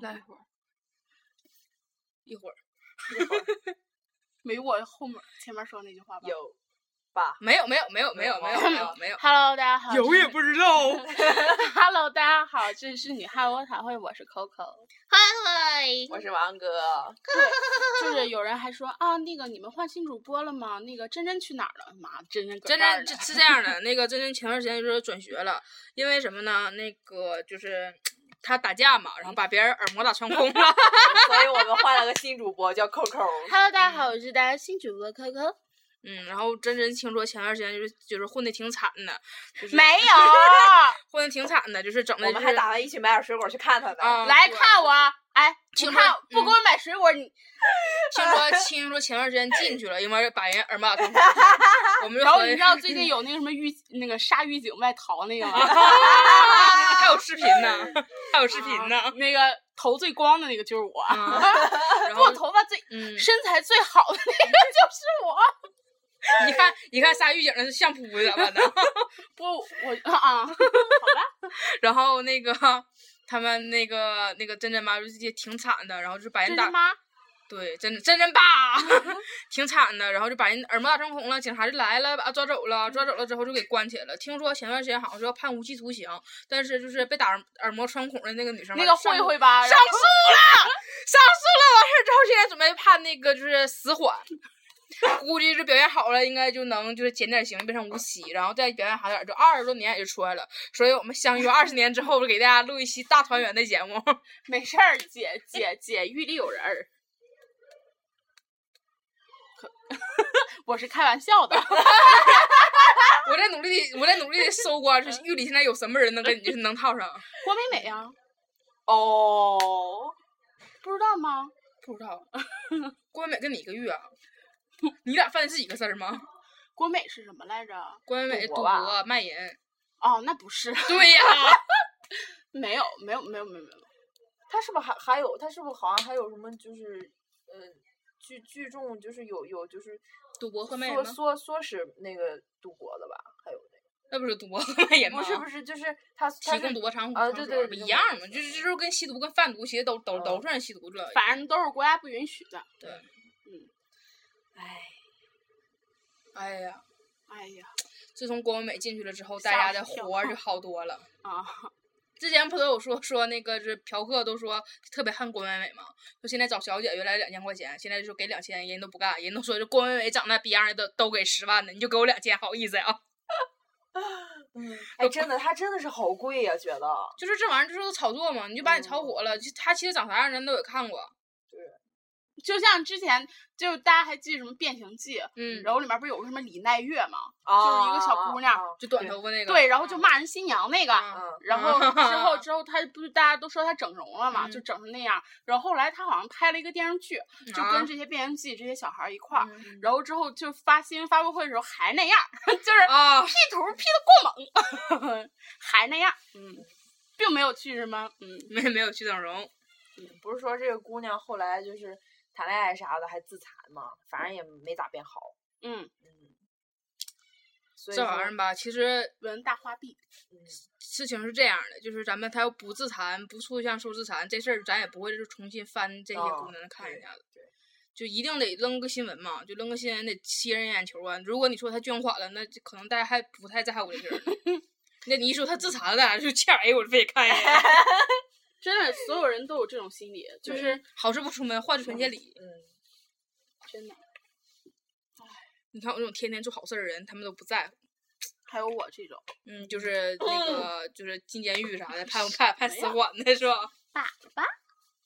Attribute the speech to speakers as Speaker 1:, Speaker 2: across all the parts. Speaker 1: 那
Speaker 2: 一会儿，
Speaker 1: 嗯一会儿
Speaker 2: 一会儿，没我后面前面说那句话吧？
Speaker 3: 有吧？
Speaker 1: 没有没有没有没有没有没有没有
Speaker 2: Hello，大家好。这是
Speaker 3: 知道 哦。
Speaker 2: Hello，大家好，这里是女汉窝茶会，我是 Coco。
Speaker 3: 我是王哥，
Speaker 2: 就是有人还说啊，那个你们换新主播了吗？那个真真去哪儿了？妈，真真搁
Speaker 1: 真
Speaker 2: 这儿呢
Speaker 1: 真这是这样的，那个真真前段时间就是转学了，因为什么呢？那个就是他打架嘛，然后把别人耳膜打穿空 了。
Speaker 3: 所以我们换了个新主播叫扣扣。
Speaker 2: Hello，大家好，我是大家新主播 Coco。
Speaker 1: 嗯，然后真真听说前段时间就是就是混的挺惨的，就是
Speaker 2: 没 有，
Speaker 1: 混的挺惨的，就是整的、
Speaker 3: 我
Speaker 1: 就
Speaker 3: 们嗯
Speaker 1: 是、
Speaker 3: 还打算一起买点水果去看他呢。
Speaker 1: 啊
Speaker 2: 来看我。哎，你
Speaker 1: 请
Speaker 2: 看
Speaker 1: 问嗯
Speaker 2: 不给我买水果，你
Speaker 1: 听说听说前段时间进去了，因为把人耳膜打穿空，我们就
Speaker 2: 然后
Speaker 1: 合
Speaker 2: 你
Speaker 1: 计
Speaker 2: 知道最近有那个什么狱那个杀狱警外逃那个 吗？
Speaker 1: 还有视频呢，还有视频呢。
Speaker 2: 啊那个头最光的那个就是我，
Speaker 1: 啊，然
Speaker 2: 给
Speaker 1: 后
Speaker 2: 我头发最
Speaker 1: 嗯，
Speaker 2: 身材最好的那个就是我。
Speaker 1: 一看一看仨狱警那是相扑的完的，
Speaker 2: 不，我 啊，
Speaker 1: 然后那个他们那个那个真真妈就是也挺惨的，然后就把人
Speaker 2: 真
Speaker 1: 打
Speaker 2: 他妈
Speaker 1: 对真真真爸 挺惨的，然后就把人耳膜打穿孔了，警察就来了，把他抓走了，抓走了之后就给关起来了。听说前段时间好像是要判无期徒刑，但是就是被打耳耳膜穿孔的那个女生吧
Speaker 2: 那个
Speaker 1: 上
Speaker 2: 慧慧
Speaker 3: 哎
Speaker 2: 吧，
Speaker 1: 上诉了，上诉了，完事儿之后现在准备判那个就是死缓，估计是表现好了，应该就能就是减点刑变成无期，然后再表现好点儿就二十多年也就出来了。所以我们相约二十年之后，给大家录一期大团圆的节目。
Speaker 2: 没事儿，姐姐姐狱里有人儿。可 我是开玩笑的，
Speaker 1: 我在努力地，我在努力的搜刮，就是
Speaker 3: 嗯
Speaker 1: 狱里现在有什么人能跟你就是能套上？
Speaker 2: 郭美美啊，
Speaker 3: 哦，
Speaker 2: 不知道吗？
Speaker 1: 不 知道，关美跟你一个狱啊？ 你俩犯的是一个事儿吗？
Speaker 2: 郭美是什么来着？
Speaker 1: 关美
Speaker 3: 赌
Speaker 1: 赌
Speaker 3: 博吧
Speaker 1: 博卖淫，
Speaker 2: 哦，那不是，
Speaker 1: 对呀、
Speaker 2: 没有，没有，没有，没有，没有。
Speaker 3: 他是不是还还有？他是不是好像还有什么？就是嗯，聚聚众就是有有就是
Speaker 1: 赌博和卖淫
Speaker 3: 唆
Speaker 1: 吗？
Speaker 3: 唆唆使那个赌博的吧？还有那
Speaker 1: 那不是赌博和卖淫
Speaker 3: 个
Speaker 1: 吗？
Speaker 3: 不是不是，就是他他
Speaker 1: 嗯提
Speaker 3: 是
Speaker 1: 供多长
Speaker 3: 啊
Speaker 1: 长
Speaker 3: 对
Speaker 1: 水儿
Speaker 3: 对
Speaker 1: 不
Speaker 3: 对
Speaker 1: 一
Speaker 3: 对
Speaker 1: 样嘛，就是就是跟吸毒跟贩毒其实都都
Speaker 2: 哦
Speaker 1: 都算吸毒这。
Speaker 2: 反正都是国家不允许的。
Speaker 1: 对
Speaker 2: 嗯，
Speaker 1: 哎呀，
Speaker 2: 哎呀
Speaker 1: 自从郭美美进去了之后，大
Speaker 2: 吓
Speaker 1: 家
Speaker 2: 我
Speaker 1: 的
Speaker 2: 一跳
Speaker 1: 活儿就好多了。
Speaker 2: 啊，
Speaker 1: 之前不都有说说那个就是嫖客都说特别恨郭美美嘛，说现在找小姐原来两千块钱，现在就给两千，人都不干，人都说这郭美美长那逼样儿的都都给十万的，你就给我两千，好意思呀、
Speaker 3: 嗯，哎，真的，他真的是好贵呀、觉得。
Speaker 1: 就是这玩意儿就是炒作嘛，你就把你
Speaker 3: 嗯
Speaker 1: 炒
Speaker 2: 哦
Speaker 1: 火了，就他其实长啥样人都有看过，
Speaker 2: 就像之前，就大家还记得什么《变形记》，
Speaker 1: 嗯，
Speaker 2: 然后里面不是有个什么李奈月吗？
Speaker 3: 啊，
Speaker 2: 就是一个小姑娘
Speaker 3: 啊
Speaker 1: 就短头发那个，嗯
Speaker 2: 对，然后就骂人新娘那个，
Speaker 1: 啊，
Speaker 3: 嗯，
Speaker 2: 然 后之后之后她不是大家都说她整容了嘛，
Speaker 1: 嗯
Speaker 2: 就整成那样。然后后来她好像拍了一个电视剧，就跟
Speaker 1: 啊
Speaker 2: 这些变形记这些小孩儿一块儿。
Speaker 1: 嗯
Speaker 2: 然后之后就发新闻发布会的时候还那样儿，就是
Speaker 1: 啊，
Speaker 2: P 图 P 的过猛， 还那样儿，嗯，并没有去什么，嗯，
Speaker 1: 没没有去整容。
Speaker 3: 嗯不是说这个姑娘后来就是谈恋爱啥的还自残嘛，反正也没咋变好。
Speaker 2: 嗯，
Speaker 3: 嗯，所以
Speaker 1: 这玩意
Speaker 3: 说
Speaker 1: 儿吧，其实
Speaker 2: 闻大花臂，
Speaker 1: 事情是这样的，就是咱们他要不自残，不处向受自残这事儿，咱也不会就是重新翻这些
Speaker 3: 哦
Speaker 1: 姑娘的看人
Speaker 3: 对
Speaker 1: 家的，
Speaker 3: 对
Speaker 1: 就一定得扔个新闻嘛，就扔个新闻得吸人眼球啊。如果你说他捐款了，那就可能大家还不太在乎这事儿 呢那你一说他自残了，大家就欠哎呦，我非得看 一眼。
Speaker 2: 真的所有人都有这种心理，就是
Speaker 1: 好事不出门，坏事传千里。
Speaker 3: 嗯，
Speaker 2: 真的。
Speaker 1: 你看我这种天天做好事儿的人，他们都不在乎。
Speaker 2: 还有我这种，
Speaker 1: 嗯，就是那个，就是进监狱啥 的，判判判死缓的是吧？
Speaker 2: 爸爸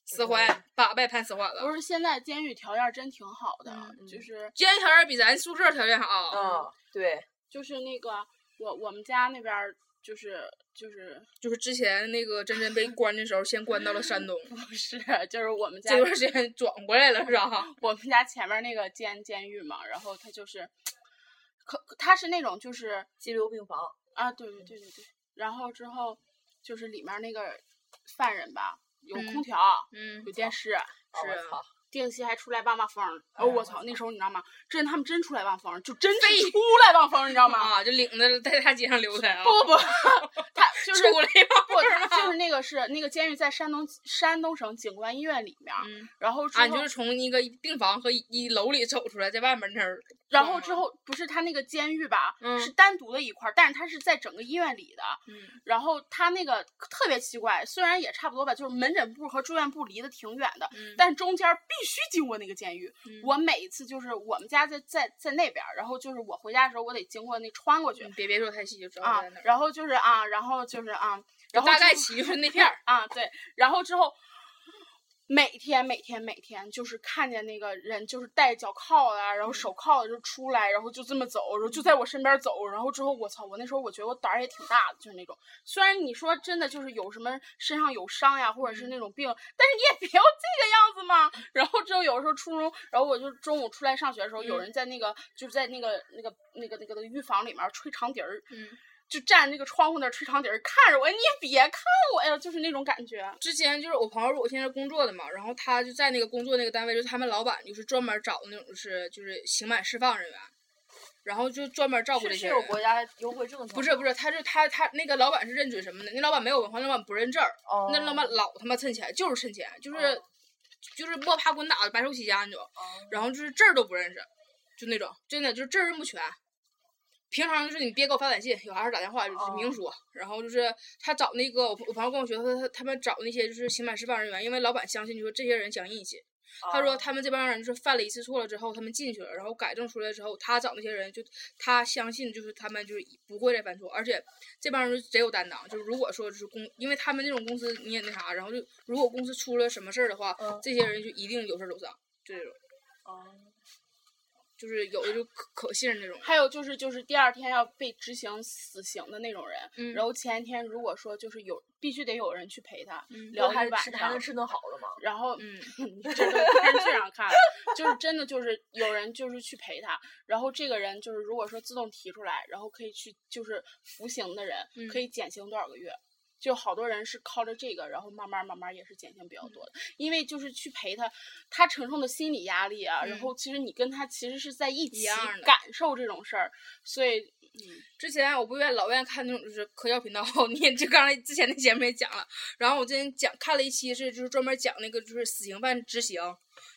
Speaker 1: 死缓，把呗判死缓了。
Speaker 2: 不是现在监狱条件儿真挺好的，
Speaker 1: 嗯
Speaker 2: 就是
Speaker 1: 监狱条件比咱宿舍条件好。
Speaker 3: 嗯，对，
Speaker 2: 就是那个我我们家那边儿就是就是
Speaker 1: 就是之前那个真真被关的时候，先关到了山东，
Speaker 2: 不是就是我们家
Speaker 1: 这段时间转过来了是吧？
Speaker 2: 我们家前面那个监监狱嘛，然后他就是，可他是那种就是
Speaker 3: 激流病房。哦
Speaker 2: 啊，对对对对对，然后之后就是里面那个犯人吧，有
Speaker 1: 嗯
Speaker 2: 空调，
Speaker 1: 嗯
Speaker 2: 有电视，
Speaker 3: 啊
Speaker 1: 是
Speaker 3: 我
Speaker 1: 啊
Speaker 3: 操，
Speaker 2: 定西还出来望望风儿，
Speaker 3: 哎
Speaker 2: 哦，
Speaker 3: 呀
Speaker 2: 我
Speaker 3: 我
Speaker 2: 操
Speaker 3: 操！
Speaker 2: 那时候你知道吗？真他们真出来望风儿，就真
Speaker 1: 飞
Speaker 2: 是出来望风儿，你知道吗？
Speaker 1: 啊，就领着在大街上溜达啊，
Speaker 2: 不不不，他就是
Speaker 1: 出来吧。
Speaker 2: 不，他 就是那个是那个监狱在山东山东省警官医院里面儿，
Speaker 1: 嗯
Speaker 2: 然后之
Speaker 1: 啊，
Speaker 2: 后、
Speaker 1: 你就是从那个病房和一一楼里走出来，在外面那儿
Speaker 2: 然
Speaker 1: 逛
Speaker 2: 后之
Speaker 1: 吗
Speaker 2: 后不是他那个监狱吧，
Speaker 1: 哦嗯
Speaker 2: 是单独的一块儿，但是他是在整个医院里的，
Speaker 1: 嗯
Speaker 2: 然后他那个特别奇怪，虽然也差不多吧，就是门诊部和住院部离得挺远的，
Speaker 1: 嗯
Speaker 2: 但中间儿必须经过那个监狱。
Speaker 1: 嗯
Speaker 2: 我每一次就是我们家在在在那边儿，然后就是我回家的时候，我得经过那穿过去
Speaker 1: 嗯别别说太细，就知道
Speaker 2: 啊
Speaker 1: 在哪，儿。
Speaker 2: 然后就是啊，然后就是啊，然后
Speaker 1: 大
Speaker 2: 之
Speaker 1: 概
Speaker 2: 后
Speaker 1: 齐就是那片儿。
Speaker 2: 啊，对，然后之后每天每天每天就是看见那个人就是戴脚铐啊，然后手铐的就出来，然后就这么走，然后就在我身边走，然后之后我操，我那时候我觉得我胆儿也挺大的，就是那种虽然你说真的就是有什么身上有伤呀，或者
Speaker 1: 嗯
Speaker 2: 是那种病，但是你也别要这个样子嘛。然后之后有的时候初中，然后我就中午出来上学的时候，有
Speaker 1: 嗯
Speaker 2: 人在那个就是在那个那个那个那个那个浴房里面吹长笛儿，
Speaker 1: 嗯，
Speaker 2: 就站那个窗户那儿吹长笛儿，看着我，哎你也别看我呀，就是那种感觉。
Speaker 1: 之前就是我朋友，我现在工作的嘛，然后他就在那个工作那个单位，就是他们老板就是专门找那种就是就是刑满释放人员，然后就专门照顾
Speaker 3: 是
Speaker 1: 这
Speaker 3: 是
Speaker 1: 些
Speaker 3: 有
Speaker 1: 人。
Speaker 3: 国家优惠政策，
Speaker 1: 不是不是，他就他他那个老板是认准什么呢？那老板没有文化，那老板不认字儿，
Speaker 3: 哦，
Speaker 1: 那老板老他妈趁钱，就是趁钱，就是、就是摸爬滚打的白手起家那种，
Speaker 3: 哦
Speaker 1: 然后就是字儿都不认识，就那种真的就是字儿认不全。平常就是你别给我发短信，有啥事儿打电话就是明
Speaker 3: 哦
Speaker 1: 说。然后就是他找那个我朋我朋友跟我说，他他他们找那些就是刑满释放人员，因为老板相信就说这些人讲义气。他说
Speaker 3: 哦
Speaker 1: 他们这帮人就是犯了一次错了之后，他们进去了，然后改正出来之后，他找那些人就他相信就是他们就是不会再犯错，而且这帮人贼有担当。就是如果说就是公，因为他们这种公司你也那啥，然后就如果公司出了什么事儿的话，
Speaker 3: 嗯
Speaker 1: 这些人就一定有事儿有伤，就这种，
Speaker 3: 哦
Speaker 1: 就是有的就可可信任这种。
Speaker 2: 还有就是就是第二天要被执行死刑的那种人，
Speaker 1: 嗯
Speaker 2: 然后前一天如果说就是有必须得有人去陪他，
Speaker 1: 嗯
Speaker 2: 聊
Speaker 3: 还
Speaker 2: 一晚
Speaker 3: 吃还
Speaker 2: 上
Speaker 3: 能，吃顿好的吗？
Speaker 2: 然后
Speaker 1: 嗯，
Speaker 2: 这都是电视剧上 看的，就是真的就是有人就是去陪他，然后这个人就是如果说自动提出来，然后可以去就是服刑的人、
Speaker 1: 嗯
Speaker 2: 可以减刑多少个月。就好多人是靠着这个，然后慢慢慢慢也是减刑比
Speaker 1: 嗯
Speaker 2: 较多的，因为就是去陪他，他承受的心理压力啊，然
Speaker 1: 嗯
Speaker 2: 后其实你跟他其实是在一起
Speaker 1: 样儿的
Speaker 2: 感受这种事儿，所以
Speaker 1: 之前我不愿老愿意看那种就是科教频道， 你也就刚才之前的节目也讲了。然后我之前讲看了一期是就是专门讲那个就是死刑犯执行，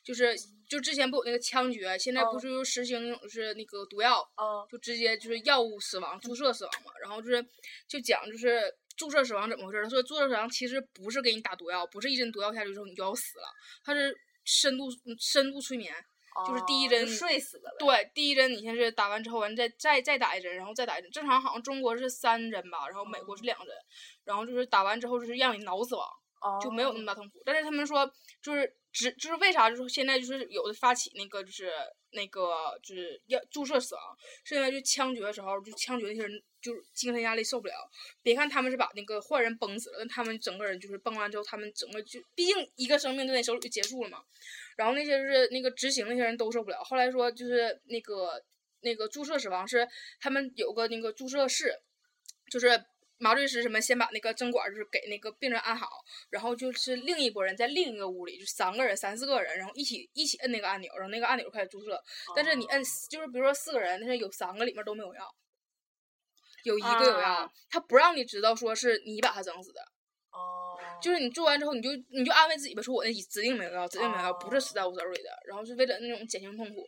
Speaker 1: 就是就之前不有那个枪决，现在不
Speaker 3: 嗯
Speaker 1: 是又实行那种就是那个毒药，
Speaker 3: 嗯，
Speaker 1: 就直接就是药物死
Speaker 2: 嗯
Speaker 1: 亡、注射死亡嘛。然后就是就讲就是注射死亡怎么回事儿。他说注射死亡其实不是给你打毒药，不是一针毒药下去之后你就要死了，它是深度嗯深度催眠。就是第一
Speaker 3: 哦
Speaker 1: 针
Speaker 3: 睡死的呗。
Speaker 1: 对，第一针你先是打完之后，完再再再打一针，然后再打一针。正常好像中国是三针吧，然后美国是两针，然后就是打完之后就是让你脑死亡，
Speaker 3: 哦
Speaker 1: 就没有那么大痛苦。但是他们说就是只就是为啥就是现在就是有的发起那个就是那个就是要注射死亡，是因为就枪决的时候就枪决那些人就是精神压力受不了。别看他们是把那个坏人崩死了，但他们整个人就是崩完之后，他们整个就毕竟一个生命在你手里就结束了嘛。然后那些就是那个执行那些人都受不了。后来说就是那个那个注射死亡是他们有个那个注射室，就是麻醉师什么先把那个针管儿就是给那个病人按好，然后就是另一拨人在另一个屋里，就三个人三四个人，然后一起一起摁那个按钮，然后那个按钮开始注射。但
Speaker 3: 嗯
Speaker 1: 是你摁就是比如说四个人，但是有三个里面都没有药。有一个有药，
Speaker 2: 啊
Speaker 1: 他不让你知道说是你把他整死的，
Speaker 3: 哦，
Speaker 1: 就是你做完之后，你就你就安慰自己吧，说我那指定没有药，指定没有药，不是死在我手里的。然后是为了那种减轻痛苦，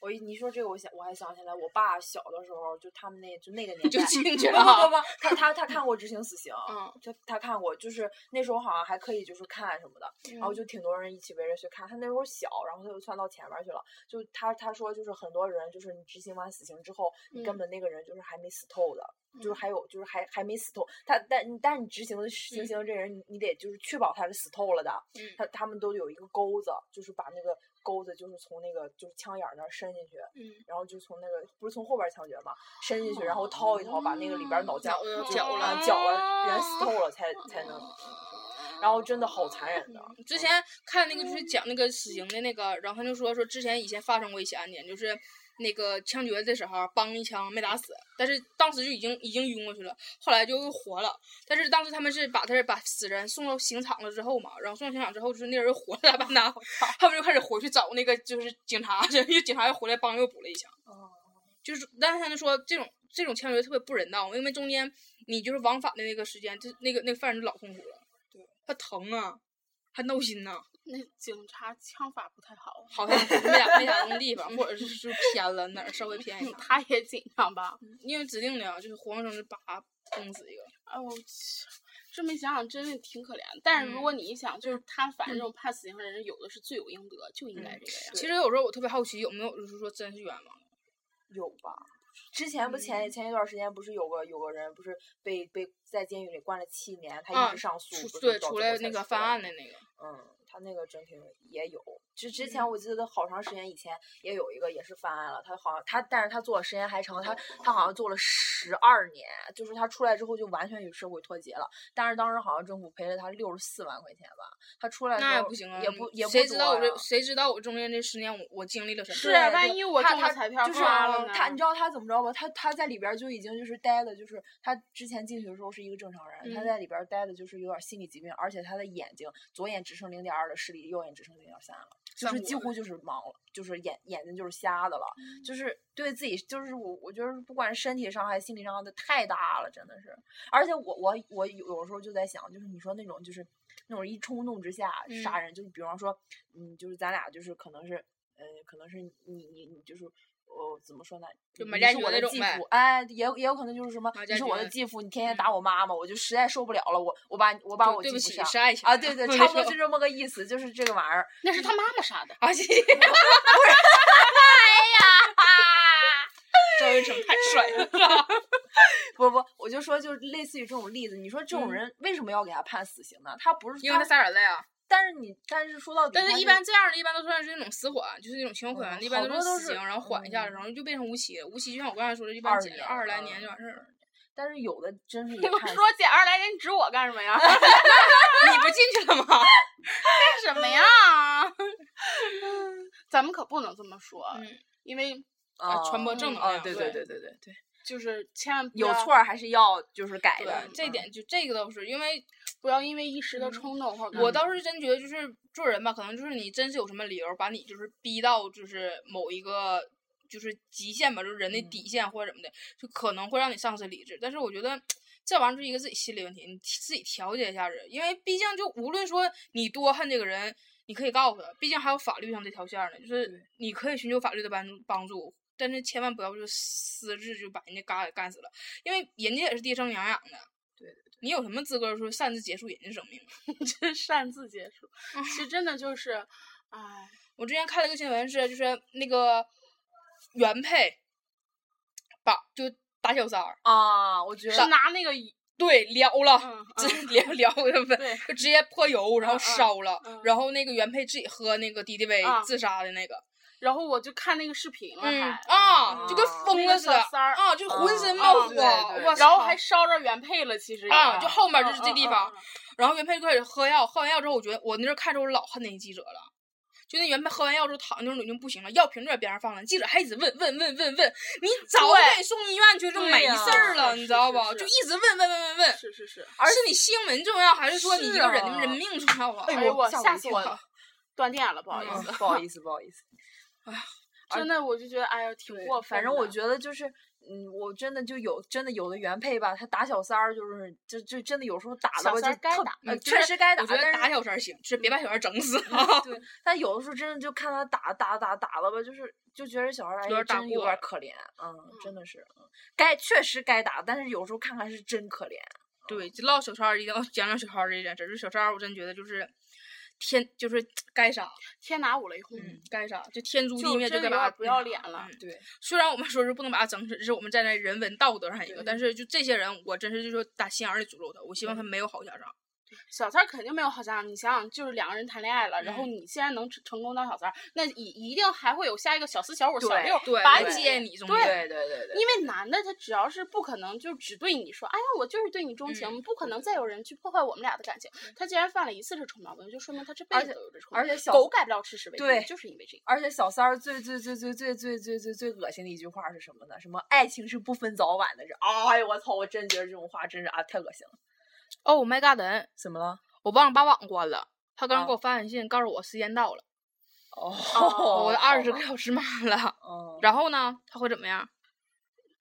Speaker 3: 我一你说这个，我想我还想起来，我爸小的时候就他们那就那 个年代，
Speaker 1: 就进去
Speaker 3: 不不
Speaker 1: 了。
Speaker 3: 不不，他他他看过执行死刑，
Speaker 1: 嗯，
Speaker 3: 他他看过，就是那时候好像还可以就是看什么的，然
Speaker 2: 嗯
Speaker 3: 后就挺多人一起围着去看。他那时候小，然后他就窜到前面去了。就他他说就是很多人就是你执行完死刑之后，你根
Speaker 1: 嗯
Speaker 3: 本那个人就是还没死透的，就是
Speaker 1: 嗯
Speaker 3: 还有就是还还没死透。他但你但是你执行的执
Speaker 1: 嗯
Speaker 3: 行这人，你你得就是确保他是死透了的。
Speaker 1: 嗯
Speaker 3: 他他们都有一个钩子，就是把那个钩子就是从那个就是枪眼儿那儿伸进去，
Speaker 1: 嗯，
Speaker 3: 然后就从那个不是从后边儿枪决嘛，伸进去，然后掏一掏，把那个里边儿脑浆
Speaker 1: 脑子
Speaker 3: 就
Speaker 1: 绞了
Speaker 3: 啊绞了，人死透了才才能，然后真的好残忍的。
Speaker 1: 之前看那个就是讲那个死刑的那个，然后他就说说之前以前发生过一起案件，就是那个枪决的时候，梆一枪没打死，但是当时就已经已经晕过去了，后来就又活了。但是当时他们是把他把死人送到刑场了之后嘛，然后送到刑场之后，就是那人又活了咋办呢？他们就开始回去找那个就是警察 去，因为警察又回来帮又补了一枪。就是，但是他们说这种这种枪决特别不人道，因为中间你就是往返的那个时间，就那个那个犯人就老痛苦了，对他疼啊，还闹心呐、
Speaker 2: 那警察枪法不太好，
Speaker 1: 好像没咋没咋用地方，或者是就是偏了哪儿稍微偏一
Speaker 2: 嗯
Speaker 1: 下，
Speaker 2: 他也紧张吧？
Speaker 1: 因为指定的呀，就是活生生就叭崩死一个。
Speaker 2: 哎呦我去，这么一想想真的挺可怜。但是如
Speaker 1: 嗯
Speaker 2: 果你一想，就是他反正这种判死刑的人，有的是罪有应得，就应该
Speaker 1: 嗯
Speaker 2: 这个样。
Speaker 1: 其实有时候我特别好奇，有没有就是说真是冤枉的？
Speaker 3: 有吧？之前不前、
Speaker 1: 嗯
Speaker 3: 前一段时间不是有个有个人不是被被在监狱里关了七年，他一
Speaker 1: 啊
Speaker 3: 直上诉，不是
Speaker 1: 出对，
Speaker 3: 到
Speaker 1: 出
Speaker 3: 最后
Speaker 1: 来
Speaker 3: 才
Speaker 1: 那个
Speaker 3: 出
Speaker 1: 翻
Speaker 3: 来
Speaker 1: 案的那个，
Speaker 3: 嗯，他那个真挺也有，之之
Speaker 1: 嗯
Speaker 3: 前我记得好长时间以前也有一个也是翻案了，他好像他，但是他坐的时间还长，他他好像坐了十二年，就是他出来之后就完全与社会脱节了，但是当时好像政府赔了他六十四万块钱吧，他出来之
Speaker 1: 那也
Speaker 3: 后
Speaker 1: 不行啊，
Speaker 3: 也不也不
Speaker 1: 谁知道我
Speaker 3: 多啊
Speaker 1: 这
Speaker 3: 呀
Speaker 1: 谁知道我中间这十年我我经历了什么？
Speaker 2: 是
Speaker 3: 对
Speaker 2: 啊万
Speaker 3: 对
Speaker 2: 一我
Speaker 3: 他
Speaker 2: 中了
Speaker 3: 他
Speaker 2: 彩票
Speaker 3: 就是啊
Speaker 2: 刮了呢
Speaker 3: 他，你知道他怎么着吧？他他在里边儿就已经就是待的，就是他之前进去的时候是一个正常人，他
Speaker 1: 嗯
Speaker 3: 在里边儿待的就是有点儿心理疾病，而且他的眼睛左眼只剩零点二的视力，右眼只剩零点三了，就
Speaker 1: 散
Speaker 3: 是
Speaker 1: 伙
Speaker 3: 几
Speaker 1: 了
Speaker 3: 乎就是盲了，就是眼眼睛就是瞎的了，
Speaker 2: 嗯
Speaker 3: 就是对自己就是我我觉得不管是身体伤害、心理伤害的太大了，真的是。而且我我我有有时候就在想，就是你说那种就是那种一冲动之下杀人，就是比方说，嗯，就是咱俩就是可能是，呃，可能是你你你就是。我、怎么说呢？
Speaker 1: 就
Speaker 3: 你
Speaker 1: 马
Speaker 3: 你
Speaker 1: 加
Speaker 3: 是
Speaker 1: 爵
Speaker 3: 我
Speaker 1: 那
Speaker 3: 的
Speaker 1: 种
Speaker 3: 继
Speaker 1: 呗
Speaker 3: 父，哎，也有也有可能就是什么
Speaker 1: 马，
Speaker 3: 你
Speaker 1: 加
Speaker 3: 是我
Speaker 1: 爵
Speaker 3: 的继父，你天天打
Speaker 1: 嗯
Speaker 3: 我妈妈，我就实在受不了了，我我把我把
Speaker 1: 就
Speaker 3: 我
Speaker 1: 对
Speaker 3: 继
Speaker 1: 不
Speaker 3: 父
Speaker 1: 起
Speaker 3: 杀
Speaker 1: 是爱情
Speaker 3: 啊，对对，
Speaker 1: 没
Speaker 3: 差不多
Speaker 1: 错
Speaker 3: 就这么个意思，就是这个玩意 儿。
Speaker 2: 那是他妈妈杀的。
Speaker 1: 啊，谢谢。赵云成 太帅了，
Speaker 3: 不不，我就说就是类似于这种例子，你说这种
Speaker 1: 嗯
Speaker 3: 人为什么要给他判死刑呢？他不是
Speaker 1: 因为他杀人了呀。
Speaker 3: 但是你，但是说到底，
Speaker 1: 但是，一般这样的，一般都算是那种死缓，就是那种情有可原的，
Speaker 3: 嗯
Speaker 1: 一般
Speaker 3: 好
Speaker 1: 都
Speaker 3: 多都
Speaker 1: 死
Speaker 3: 是
Speaker 1: 刑，然后缓一下，
Speaker 3: 嗯
Speaker 1: 然后就变成无期。无期就像我刚才说的，一般
Speaker 3: 二
Speaker 1: 减
Speaker 3: 年
Speaker 1: 二十来
Speaker 3: 嗯
Speaker 1: 年就完事儿了。
Speaker 3: 但是有的真是 也
Speaker 2: 我
Speaker 3: 判死
Speaker 2: 说姐二来年你指我干什么 呀？
Speaker 1: 你不进去了吗？
Speaker 2: 干什么呀？ 咱们可不能这么说，
Speaker 1: 嗯
Speaker 2: 因为
Speaker 1: 啊传播
Speaker 3: 嗯
Speaker 1: 正能
Speaker 3: 啊
Speaker 1: 量
Speaker 3: 对
Speaker 1: 对
Speaker 3: 对对对对，
Speaker 2: 就是千万不
Speaker 3: 有
Speaker 2: 要
Speaker 3: 错儿还是要就是改
Speaker 1: 啊对
Speaker 3: 的，，
Speaker 1: 这
Speaker 3: 嗯
Speaker 1: 点就这个倒是，因为
Speaker 2: 不要因为一时的
Speaker 1: 嗯
Speaker 2: 冲动或者
Speaker 1: 我倒是真觉得，就是做人吧，可能就是你真是有什么理由把你就是逼到就是某一个就是极限吧，就是人的
Speaker 3: 嗯
Speaker 1: 底线或者怎么的，就可能会让你丧失理智。但是我觉得这玩意儿就是一个自己心理问题，你自己调节一下人，因为毕竟就无论说你多恨这个人，你可以告诉他，毕竟还有法律上这条线儿呢，就是你可以寻求法律的帮助帮助。但是千万不要就是私自就把人家嘎给干死了，因为人家也是爹生娘养的，
Speaker 3: 对对
Speaker 1: 你有什么资格说擅自结束人家生命？
Speaker 2: 真 擅自结束，其 实真的就是，哎，
Speaker 1: 我之前看了一个新闻是，就是那个原配把就打小三儿，
Speaker 3: 啊，我觉
Speaker 2: 是
Speaker 3: 得
Speaker 2: 拿那个一
Speaker 1: 对，撩了，
Speaker 2: 嗯
Speaker 1: 直
Speaker 2: 嗯
Speaker 1: 接 撩他们，
Speaker 2: 对
Speaker 1: 就直接泼油，然后
Speaker 2: 嗯嗯
Speaker 1: 烧了，
Speaker 2: 嗯
Speaker 1: 然后那个原配自己喝那个敌敌畏
Speaker 2: 啊
Speaker 1: 自杀的那个，
Speaker 2: 然后我就看那个视频了还，
Speaker 1: 嗯啊，
Speaker 3: 嗯
Speaker 1: 就跟疯了似的
Speaker 2: 那个小三儿
Speaker 1: 啊，就浑身
Speaker 3: 嗯
Speaker 1: 冒
Speaker 2: 嗯
Speaker 1: 火，
Speaker 3: 对对
Speaker 1: 我
Speaker 2: 然后
Speaker 1: 操
Speaker 2: 还烧着原配了，其实也
Speaker 1: 啊，就后面就是
Speaker 2: 嗯
Speaker 1: 这
Speaker 2: 嗯
Speaker 1: 地
Speaker 2: 嗯
Speaker 1: 方，
Speaker 2: 嗯
Speaker 1: 然后原配就开始喝药，喝完药之后，我觉得我那阵儿看着我老恨那个记者了。就那原配喝完药之后躺那种已经不行了，药瓶就在边上放着，记者还一直问问问问问，你早
Speaker 2: 对
Speaker 1: 给送医院去就
Speaker 3: 对
Speaker 1: 没
Speaker 3: 呀
Speaker 1: 事儿了，
Speaker 2: 是
Speaker 1: 你
Speaker 2: 是
Speaker 1: 知道
Speaker 2: 是
Speaker 1: 吧？
Speaker 2: 是
Speaker 1: 就一直问问问问问，
Speaker 2: 嗯是是是，
Speaker 1: 是你新闻重要还是说你
Speaker 3: 是
Speaker 1: 一个人的
Speaker 3: 啊
Speaker 1: 人命重要啊？
Speaker 3: 哎
Speaker 2: 哎
Speaker 3: 呦
Speaker 2: 呦我
Speaker 3: 吓我
Speaker 2: 吓
Speaker 3: 一
Speaker 2: 死我
Speaker 3: 跳
Speaker 2: 了，断电了，不好意
Speaker 3: 嗯
Speaker 2: 思，
Speaker 3: 不好意思不好意思，
Speaker 2: 真的我就觉得哎呀挺
Speaker 3: 对
Speaker 2: 过分的，
Speaker 3: 反正我觉得就是。嗯，我真的就有真的有的原配吧，他打小三儿就是就就真的有时候打
Speaker 2: 小
Speaker 3: 的吧，
Speaker 2: 三
Speaker 3: 就
Speaker 2: 儿该
Speaker 3: 特
Speaker 2: 打
Speaker 3: 呃
Speaker 1: 嗯
Speaker 3: 确实该打，
Speaker 1: 我觉得
Speaker 3: 但是嗯
Speaker 1: 打小三儿行，是别把小三儿整 死了。
Speaker 3: 对，但有的时候真的就看他打打打打了吧，就是就觉得小孩儿哎
Speaker 1: 有点
Speaker 3: 呀，
Speaker 1: 打
Speaker 3: 真有
Speaker 1: 过
Speaker 3: 点儿
Speaker 1: 了
Speaker 3: 可怜，嗯，真的是，嗯该确实该打，但是有时候看看是真可怜，
Speaker 1: 对，就唠小三儿一定要讲讲小三儿这件事儿。就小三儿，我真觉得就是天就是该杀，
Speaker 2: 天打五雷轰，
Speaker 1: 嗯，该杀，就天诛地
Speaker 2: 就
Speaker 1: 灭，
Speaker 2: 真
Speaker 1: 该
Speaker 2: 的
Speaker 1: 把
Speaker 2: 有
Speaker 1: 他
Speaker 2: 点不要
Speaker 1: 嗯
Speaker 2: 脸了。
Speaker 1: 嗯
Speaker 3: 对，
Speaker 1: 虽然我们说是不能把他整死，这是我们站在人文道德上一个，
Speaker 2: 对
Speaker 1: 但是就这些人，我真是就说打心眼儿里诅咒他，我希望他没有好下场。
Speaker 2: 小三儿肯定没有好下场。你想想，就是两个人谈恋爱了，然后你现在能成成功当小三儿，那一一定还会有下一个小四、小五、小
Speaker 3: 对
Speaker 2: 六
Speaker 1: 对，
Speaker 2: 把
Speaker 1: 来
Speaker 2: 你
Speaker 1: 接你中
Speaker 2: 对
Speaker 1: 对对对对，
Speaker 2: 因为男的他只要是不可能就只对你说，哎呀，我就是对你钟情，
Speaker 1: 嗯
Speaker 2: 不可能再有人去破坏我们俩的感情。他既然犯了一次这臭毛病，就说明他这辈
Speaker 3: 嗯而
Speaker 2: 子
Speaker 3: 且
Speaker 2: 都有这臭毛
Speaker 3: 而
Speaker 2: 病。
Speaker 3: 且小
Speaker 2: 狗改不了吃屎为
Speaker 3: 对
Speaker 2: 奴，就是因为这个。
Speaker 3: 而且小三儿最最最最最最最最最恶心的一句话是什么呢？什么爱情是不分早晚的？是，哎呦我操！我真觉得这种话真是啊，太恶心了。
Speaker 1: Oh my god！
Speaker 3: 怎么了？
Speaker 1: 我忘了把网关了，他刚
Speaker 3: 啊
Speaker 1: 刚给我发短信告诉我时间到了，
Speaker 3: 哦，
Speaker 2: 哦
Speaker 1: 我二十个
Speaker 3: 好吧。
Speaker 1: 小时满了。
Speaker 3: 哦，
Speaker 1: 然后呢，他会怎么样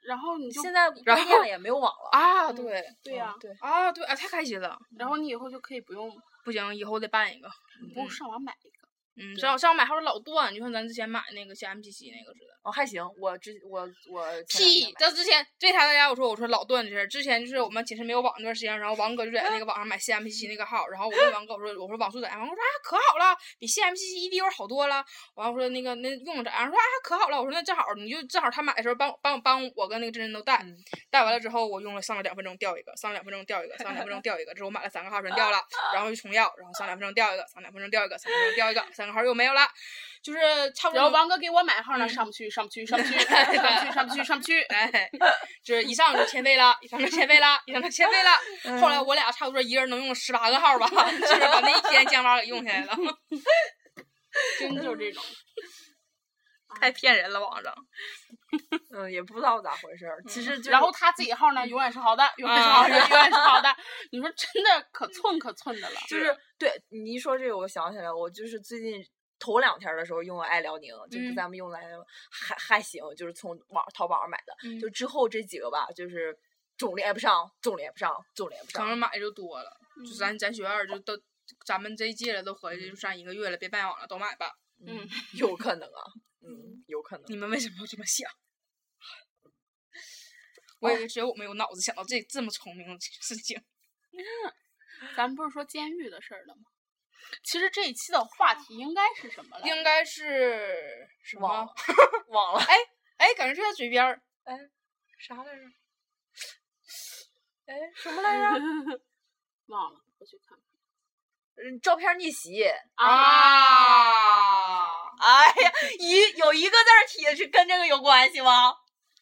Speaker 2: 然后你就
Speaker 3: 现在
Speaker 1: 然
Speaker 3: 关键
Speaker 1: 后
Speaker 3: 了也没有网了。
Speaker 1: 啊？
Speaker 2: 嗯
Speaker 1: 对
Speaker 2: 对呀、
Speaker 3: 嗯对，
Speaker 1: 啊，对啊，太开心了！
Speaker 2: 然
Speaker 3: 嗯
Speaker 2: 后你以后就可以不用
Speaker 1: 不行，以后得办一个。
Speaker 2: 不用上网买一个。
Speaker 1: 嗯，上上网买号老断，就像咱之前买那个 CMCC 那个似的。
Speaker 3: 哦，还行，我之我我前两
Speaker 1: 屁
Speaker 3: 天！买
Speaker 1: 这之前这才大家我说我说老段这事儿，之前就是我们寝室没有网那段时间，然后王哥就在那个网上买 CMCC 那个号，然后我问王哥我说我说网速咋样？王哥说啊可好了，比 CMCC 一溜儿好多了。完我说那个那用着咋样？说啊可好了，我说那正好你就正好他买的时候帮帮帮我跟那个真真都带
Speaker 3: 嗯，
Speaker 1: 带完了之后我用了上了两分钟掉一个，上了两分钟掉一个，上了两分钟掉一个，之后我买了三个号全 掉了，然后又重要，然后上两分钟掉一个，上两分钟掉一个，上两分钟掉一个，三个号又没有了，就是差不多。
Speaker 2: 然后王哥给我买号呢，
Speaker 1: 嗯
Speaker 2: 上不去，上不 去，上不去，上不去，上不去，上不去。
Speaker 1: 哎，就是一上就欠费了，一上就欠费了，一上就欠费了。后来我俩差不多一人能用十八个号吧， 就是把那一天酱巴给用下来了，
Speaker 2: 真就是这种。
Speaker 1: 太骗人了网上。
Speaker 3: 嗯，也不知道咋回事儿。其实就是
Speaker 2: 嗯然后他自己号
Speaker 3: 嗯
Speaker 2: 呢，永远是好的，永远是好的，永远是好 的。你说真的可寸可寸的了。
Speaker 3: 就是对你一说这个，我想起来，我就是最近头两天儿的时候用了爱辽宁，就
Speaker 1: 嗯
Speaker 3: 是咱们用的爱辽宁还还行，就是从网淘宝上买的。就之后这几个吧，就是总连不上，总连不上，总连不
Speaker 1: 可能
Speaker 3: 上。
Speaker 1: 买就多了，就咱咱学院就都，咱们这一届了都合计就上一个月了，别卖网了，都买吧。
Speaker 2: 嗯，
Speaker 3: 有可能啊，嗯，有可能。
Speaker 1: 你们为什么要这么想？ 我也只有我没有脑子想到这这么聪明的事情。
Speaker 2: 咱们不是说监狱的事儿了吗？其实这一期的话题应该是什么了？
Speaker 1: 应该是什
Speaker 3: 忘
Speaker 1: 么
Speaker 3: 了？忘了
Speaker 1: 哎，感觉就在嘴边儿。
Speaker 3: 啥来着？哎，什么来着？
Speaker 2: 忘了，我去看看。
Speaker 3: 嗯照片逆袭。
Speaker 1: 啊！
Speaker 3: 哎呀，一有一个字儿体是跟这个有关系吗？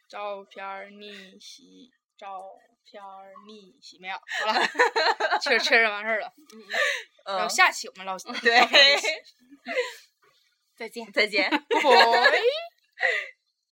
Speaker 1: 照片儿逆袭，照片儿逆袭，没有，好了， 确确认完事儿了。
Speaker 2: 嗯，
Speaker 1: 然后
Speaker 3: 嗯，
Speaker 1: 下期我们唠
Speaker 3: 对，
Speaker 1: 唠什么
Speaker 2: 再见。
Speaker 3: 再见。
Speaker 1: ？Boy